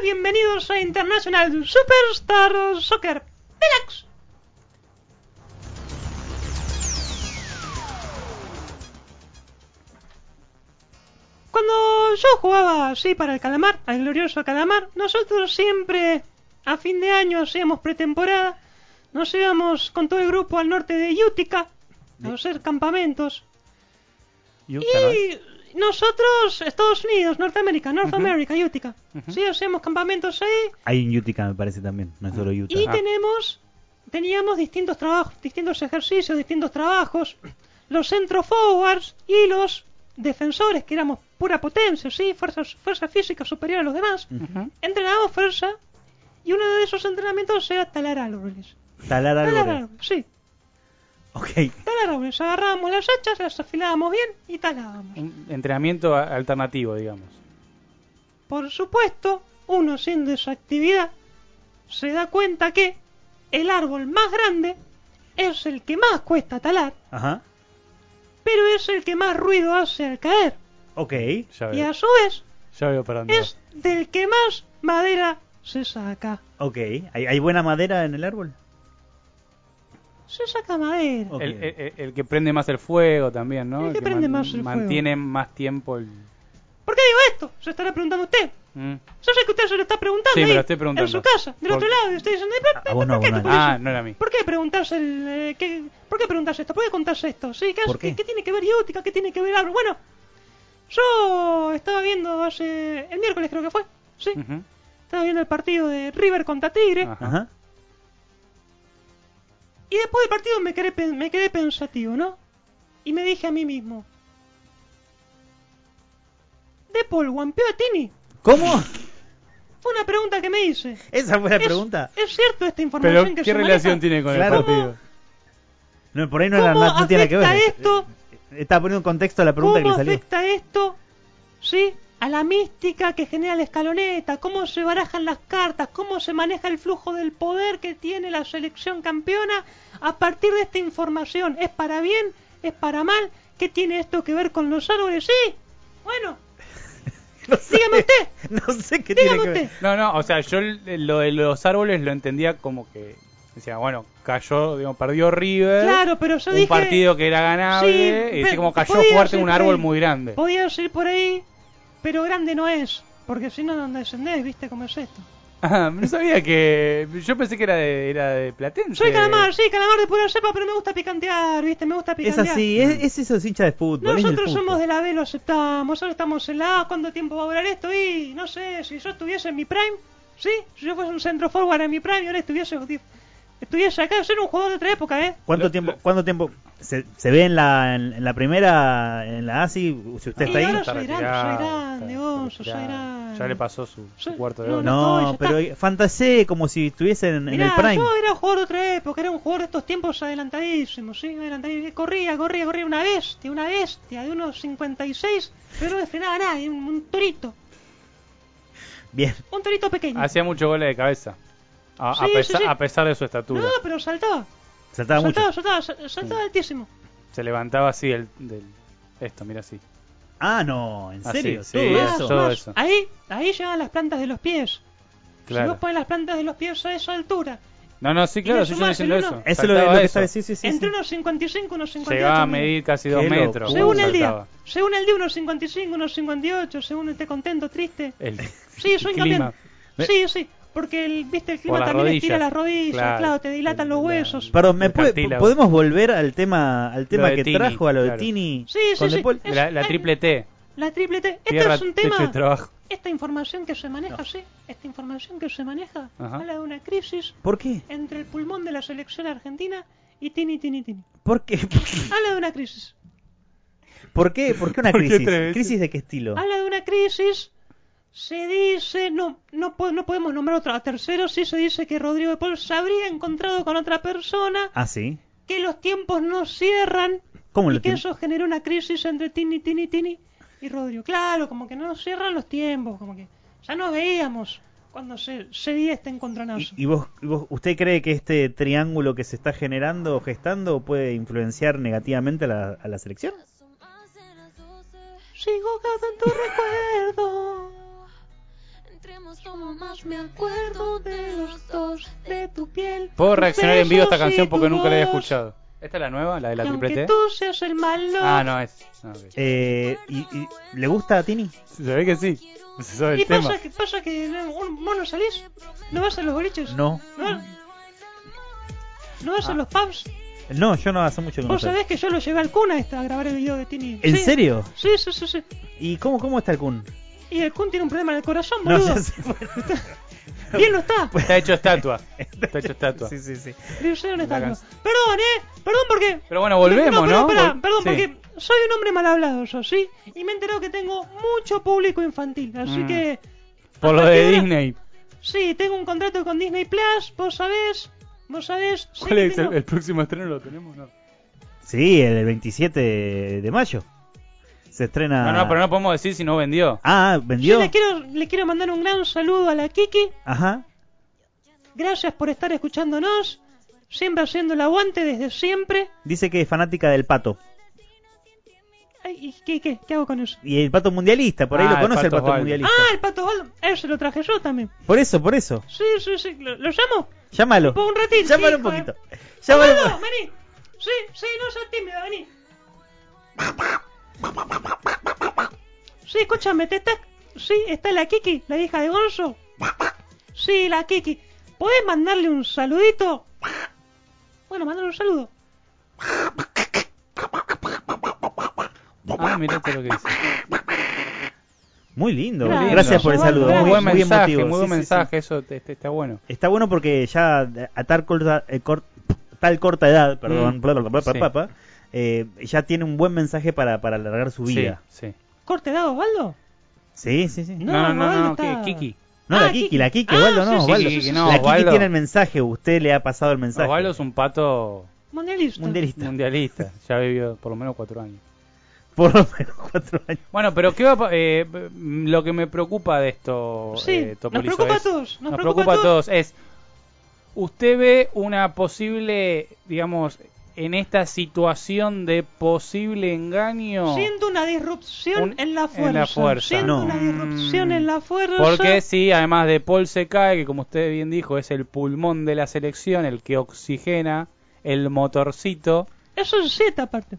Bienvenidos a International Superstar Soccer Deluxe. Cuando yo jugaba así para el calamar, al glorioso calamar, nosotros siempre a fin de año hacíamos pretemporada, nos íbamos con todo el grupo al norte de Utica a hacer campamentos. Y Y nosotros, Estados Unidos, Norteamérica, North Ujú. America, Utica. Ujú. Sí, hacíamos campamentos ahí Hay en Utica, me parece también, no es solo Utah. y Ah. tenemos, teníamos distintos trabajos, distintos ejercicios, distintos trabajos. Los centro forwards y los defensores, que éramos pura potencia, sí, fuerza, fuerza física superior a los Mm. demás. Entrenábamos fuerza y uno de esos entrenamientos era talar árboles. Ah, Talar Talar árboles. árboles, sí. Ok. Talar árboles. Agarrábamos las hachas, las afilábamos bien y talábamos. Un entrenamiento a- alternativo, digamos. Por supuesto, uno haciendo esa actividad se da cuenta que el árbol más grande es el que más cuesta talar, Ajá. pero es el que más ruido hace al caer. Ok. Ya Y veo, a su vez ya veo para dónde es del que más madera se saca. Ok. ¿Hay, hay buena madera en el árbol? Se saca madera. va. Ok. el, el- el- el que prende más el fuego también, ¿no? El que prende man- más el mantiene más tiempo el... ¿Por qué digo esto? Se estará preguntando usted. Mm. Yo sé que usted se lo está preguntando Sí, me ahí, lo estoy preguntando. en su casa, del Por- otro lado, y usted dice, A vos no, ¿por, qué, vos no. por qué- Ah, no era a mí. por qué preguntarse el, eh, qué- por qué preguntarse esto? ¿Por qué contarse esto? ¿Sí? ¿Qué, ¿Por qué- qué? qué tiene que ver Iótica? ¿Qué tiene que ver Abro? Bueno, yo estaba viendo hace... el miércoles creo que fue, sí, Ujú. estaba viendo el partido de River contra Tigre, Ah. Ajá. y después del partido me quedé, pen- me quedé pensativo, ¿no? Y me dije a mí mismo, ¿De Paul guampeó a Tini? ¿Cómo? Fue una pregunta que me hice. Esa fue la Es- pregunta. ¿Es, cierto esta información Pero, que ¿qué se relación maneja? tiene con Claro. el partido? No, por ahí no, era- ¿Cómo no- no tiene que ver. Eh, afecta esto? Estaba poniendo en contexto la pregunta que ¿Cómo le salió. afecta esto ¿sí? a la mística que genera la escaloneta? ¿Cómo se barajan las cartas? ¿Cómo se maneja el flujo del poder que tiene la selección campeona a partir de esta información? ¿Es para bien? ¿Es para mal? ¿Qué tiene esto que ver con los árboles? Sí, bueno, No sé. dígame usted. No sé qué dígame tiene que ver. usted. No, no, o sea, yo el- lo de los árboles lo entendía como que... Decía, bueno, cayó, digamos, perdió River. Claro, pero yo un dije- partido que era ganable. Sí, y pe- así como cayó podía fuerte ser un por árbol ahí. muy grande. Podía ir por ahí, pero grande no es. Porque si no, donde descendés, ¿viste cómo es esto? Ah, no sabía que... Yo pensé que era de, era de Platense. Soy calamar, sí, calamar de pura cepa, pero me gusta picantear, ¿viste? Me gusta Es picantear. así, es, es esos hinchas de fútbol. es el Nosotros fútbol. somos de la B, lo aceptamos. Ahora estamos en la A. ¿Cuánto tiempo va a durar esto? Y no sé, si yo estuviese en mi prime, ¿sí? Si yo fuese un centro forward en mi prime y ahora estuviese, estuviese acá, yo era un jugador de otra época, ¿eh? ¿Cuánto Lo- tiempo? ¿Cuánto tiempo? Se, se ve en la, en, en la primera, en la ASI, si usted Y está ahí. ahora- soy retirado, grande, soy está- grande, está Gonzo, soy retirado. grande. Ya le pasó su, su Soy- cuarto de no, oro. no, No, ya pero fantaseé como si estuviesen en, Mirá, el Prime. yo era un jugador de otra época, era un jugador de estos tiempos adelantadísimos, ¿sí? Adelantadísimo. Corría, corría, corría, una bestia, una bestia de unos 56, pero no le frenaba a nadie, un, un torito, Bien. un torito pequeño. Hacía mucho goles de cabeza. A, a Sí, sí, pesar, sí. a pesar de su estatura. No, pero saltaba, Saltaba mucho. saltaba, saltaba, sal- saltaba altísimo. Se levantaba así del, del- esto, mira así. Ah, no, en Ah, serio. sí, sí, todo es eso. todo. Más, eso. Ahí, ahí llegan las plantas de los pies. Si Claro. vos pones las plantas de los pies a esa altura, No, no, sí, Y claro, le sí, yo estoy sumás el diciendo uno. eso. Eso es lo, Saltaba lo eso. que estaba diciendo. Sí, sí, sí, entre sí. unos 55 unos 58. Llegaba a mira. medir casi dos Qué loco. metros. Según uh, el día, saltaba. según el día, unos 55, unos 58, según esté contento, triste. El, Sí, soy Eh, el clima. campeón. Sí, sí, porque el, viste el Por clima las también estira rodillas. las rodillas, claro, Claro. te dilatan los La- huesos. Perdón, ¿me El puede- cartílago. podemos volver al tema al tema de que Tini, trajo a lo de claro. Tini Sí, sí, con sí. De Paul? Es- La, la triple T. La triple T. Este Tierra, es un techo y tema. trabajo. Esta información que se maneja, No. sí, esta información que se maneja, Ajá. habla de una crisis ¿Por qué? entre el pulmón de la selección argentina y Tini, Tini, Tini. ¿Por qué? Habla de una crisis. ¿Por qué? ¿Por qué una ¿Por qué crisis? tres veces? ¿Crisis de qué estilo? Habla de una crisis. Se dice, no, no, po- no podemos nombrar otro, a terceros, sí se dice que Rodrigo de Paul se habría encontrado con otra persona, Ah, sí. que los tiempos no cierran ¿Cómo y lo que tiene? eso generó una crisis entre Tini, Tini, Tini y Rodrigo. Claro, como que no cierran los tiempos, como que ya nos veíamos cuando se, se dio este ¿Y, encontronazo. y vos, y vos- usted cree que este triángulo que se está generando o gestando puede influenciar negativamente a la, a la selección? Sigo cada en tu recuerdo. extremos como más me acuerdo de los dos de tu piel. Puedo reaccionar en vivo a esta besos y canción porque tu nunca la había voz. escuchado. ¿Esta es la nueva? ¿La de la Y triple aunque T? tú seas el malo. Ah, no, es. no, ok. Eh, y, y- ¿Le gusta a Tini? Se ve que sí. Se sabe y el tema. pasa que, pasa que no, un- vos no salís. No vas a los boliches. No. No, no vas a Ah. los pubs. No, yo no hace mucho que no Vos sé. sabés que yo lo llevé al cuna esta a grabar el video de Tini. ¿En Sí. serio? Sí, sí, sí, sí. ¿Y cómo, cómo está el Kun? Y el Kun tiene un problema en el corazón, boludo. se hace- Bien no está. Está hecho estatua. Está hecho estatua. Sí, sí, sí. Le hicieron esta- La Perdón, can- eh. Perdón porque. Pero bueno, volvemos, ¿no? perdón, pará, Vol- perdón, sí. porque soy un hombre mal hablado, yo sí. Y me he enterado que tengo mucho público infantil. Así Mm. que. Por ¿A lo partir de de- Disney. Sí, tengo un contrato con Disney Plus, vos sabés. Vos sabés. sé ¿Cuál que es el, tengo- el próximo estreno? ¿Lo tenemos? No. Sí, el 27 de mayo. Se no, estrena. no, pero no podemos decir si no vendió. Ah, Yo vendió. le quiero, le quiero mandar un gran saludo a la Kiki. Ajá. Gracias por estar escuchándonos. Siempre haciendo el aguante desde siempre. Dice que es fanática del pato. Ay, ¿y qué, qué, qué hago con eso? Y el pato mundialista, por ahí Ah, lo conoce el el Pato pato, Osvaldo. mundialista. Ah, el pato Osvaldo. Ese lo traje yo también. Por eso, por eso. Sí, sí, sí. ¿Lo, lo llamo? Llámalo. Por un ratito, Llámalo un hijo, poquito. eh. Llámalo. Osvaldo, vení. Sí, sí, no seas tímido, vení. Sí, escúchame, te estás... Sí, está la Kiki, la hija de Gonzo. Sí, la Kiki. ¿Podés mandarle un saludito? Bueno, mandale un saludo. Ah, mirá todo lo que dice. Muy lindo. Muy lindo. Gracias por el Osvaldo, saludo. gracias. Muy Muy, buen muy mensaje, muy emotivo. Sí, buen sí, sí. mensaje. Eso te- te- está bueno. Está bueno porque ya a tal corta, eh, cor- tal corta edad, perdón, Mm. bla, bla, bla, bla, Sí. bla, bla, eh, ya tiene un buen mensaje para, para alargar su vida. Sí, sí. ¿Corte dado, Osvaldo? Sí, sí, sí. No, No, No, no, no, no, Osvaldo está- que- Kiki. Ah, la Kiki, Kiki. la Kiki, Ah, Osvaldo, sí, no, sí, Osvaldo. sí, sí, sí, no, la Kiki Osvaldo. tiene el mensaje, usted le ha pasado el mensaje. Osvaldo es un pato Mundialista. mundialista. mundialista. Ya vivió por lo menos cuatro años. Por lo menos cuatro años. Bueno, pero ¿qué va a pa- eh, b- lo que me preocupa de esto, Sí, eh, nos Topolizo, preocupa a es- todos, nos nos preocupa a preocupa a todos, es, usted ve una posible, digamos, en esta situación de posible engaño, Siento una disrupción Un- en la en fuerza. la fuerza. Siento No. una disrupción Mm. en la fuerza. porque sí, además de Paul se cae, que como usted bien dijo, es el pulmón de la selección, el que oxigena, el motorcito, Eso es 7 aparte.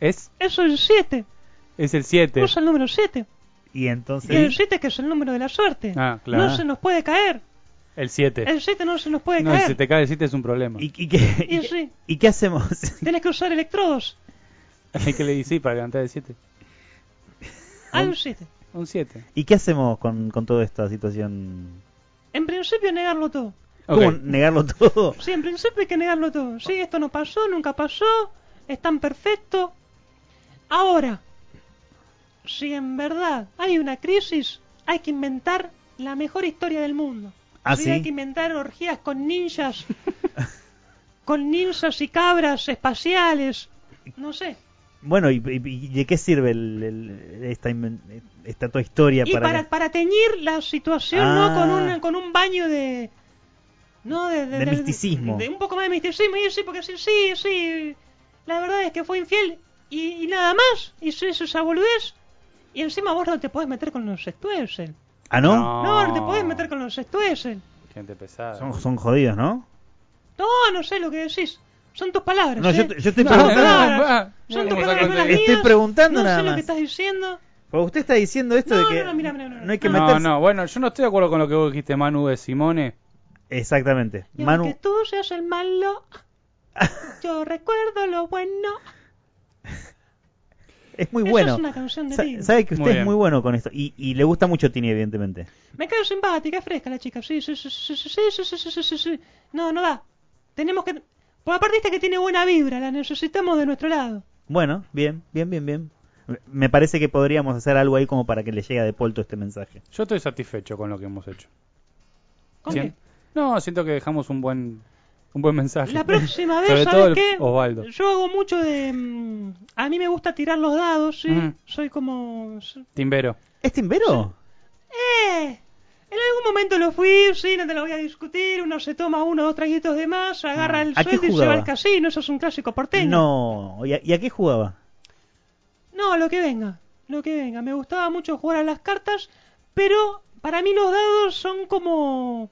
es, Eso es 7. es el 7. Usa el número 7. Y Y el entonces. 7 que es el número de la suerte. Ah, claro. No se nos puede caer. El 7. El 7 no se nos puede No, si caer. se te cae el 7 es un problema. ¿Y, y qué, Y y, qué- sí, y qué hacemos? tenés que usar electrodos. Hay que le decir para levantar el 7. Al 7. Un 7. ¿Y qué hacemos con, con toda esta situación? En principio negarlo todo. ¿Cómo negarlo todo? Sí, en principio hay que negarlo todo. Sí, esto no pasó, nunca pasó. Es tan perfecto. Ahora, si en verdad hay una crisis, hay que inventar la mejor historia del mundo. ¿Ah, sí? Hay que inventar orgías con ninjas. con ninjas y cabras espaciales. No sé. Bueno, ¿y, y- y de qué sirve el- el- esta, inven- esta toda historia Y para, la- para teñir la situación, Ah. ¿no? Con un, con un baño de... ¿No? De, De misticismo. de un poco más de misticismo. Y sí, porque sí, sí, sí. La verdad es que fue infiel. Y, y nada más. Y sí, eso es esa boludez. Y encima vos no te podés meter con los Stuesel. ¿Ah, no? No, no te podés meter con los Stuesel. Gente pesada. Son, son jodidos, ¿no? No, no sé lo que decís. Son tus palabras. No, ¿eh? yo, te- yo estoy No, Son tus no, no, preguntando. palabras. va. Son tus No, palabras, no las estoy mías. preguntando No nada sé lo más. que estás diciendo. Porque usted está diciendo esto No, de que no, no, mira, mira, mira. no hay que No, No, meterse. no, bueno, yo no estoy de acuerdo con lo que vos dijiste, Manu de Simone. Exactamente. Y Manu, aunque tú seas el malo, yo recuerdo lo bueno. es muy Esa bueno. es una canción de Sa- Tini. sabe que Muy usted es bien. muy bueno con esto. Y, y le gusta mucho Tini, evidentemente. Me quedo simpática, es fresca la chica. Sí, sí, sí, sí, sí, sí, sí, sí, sí, sí, sí. No, no va. Tenemos que... Por aparte esta que tiene buena vibra, la necesitamos de nuestro lado. Bueno, bien, bien, bien, bien. Me parece que podríamos hacer algo ahí como para que le llegue a Depolto este mensaje. Yo estoy satisfecho con lo que hemos hecho. ¿Con Sien- No, siento que dejamos un buen un buen mensaje. qué? La próxima vez, Sobre todo ¿sabes el qué? Osvaldo. Yo hago mucho de... mm, A mí me gusta tirar los dados, sí. Mm. Soy como... Timbero. ¿Es timbero? Eh, en algún momento lo fui, sí, no te lo voy a discutir. Uno se toma uno o dos traguitos de más, agarra el ¿A qué sueldo y se va jugaba? al casino. Eso es un clásico porteño. No. ¿Y a, y a qué jugaba? No, lo que venga, lo que venga. Me gustaba mucho jugar a las cartas, pero Para mí los dados son como...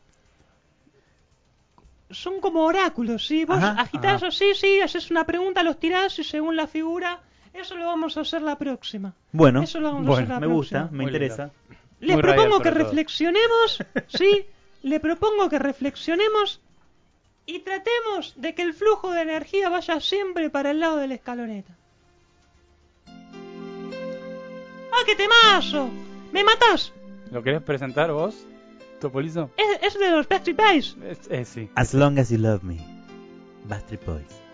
Son como oráculos, ¿sí? Vos Ajá, agitás ajá. así, sí, haces una pregunta, los tirás y según la figura... Eso lo vamos a hacer la próxima. Bueno, Eso lo vamos a hacer la bueno me gusta, próxima. me Muy interesa. Les Muy radial, propongo que sobre todo. reflexionemos, ¿sí? Le propongo que reflexionemos y tratemos de que el flujo de energía vaya siempre para el lado de la escaloneta. ¡Ah, qué temazo! ¡Me matás! ¿Lo querés presentar vos, Topolizo? Es, es de los Backstreet Boys. Es, es sí. As long as you love me, Bastard Boys.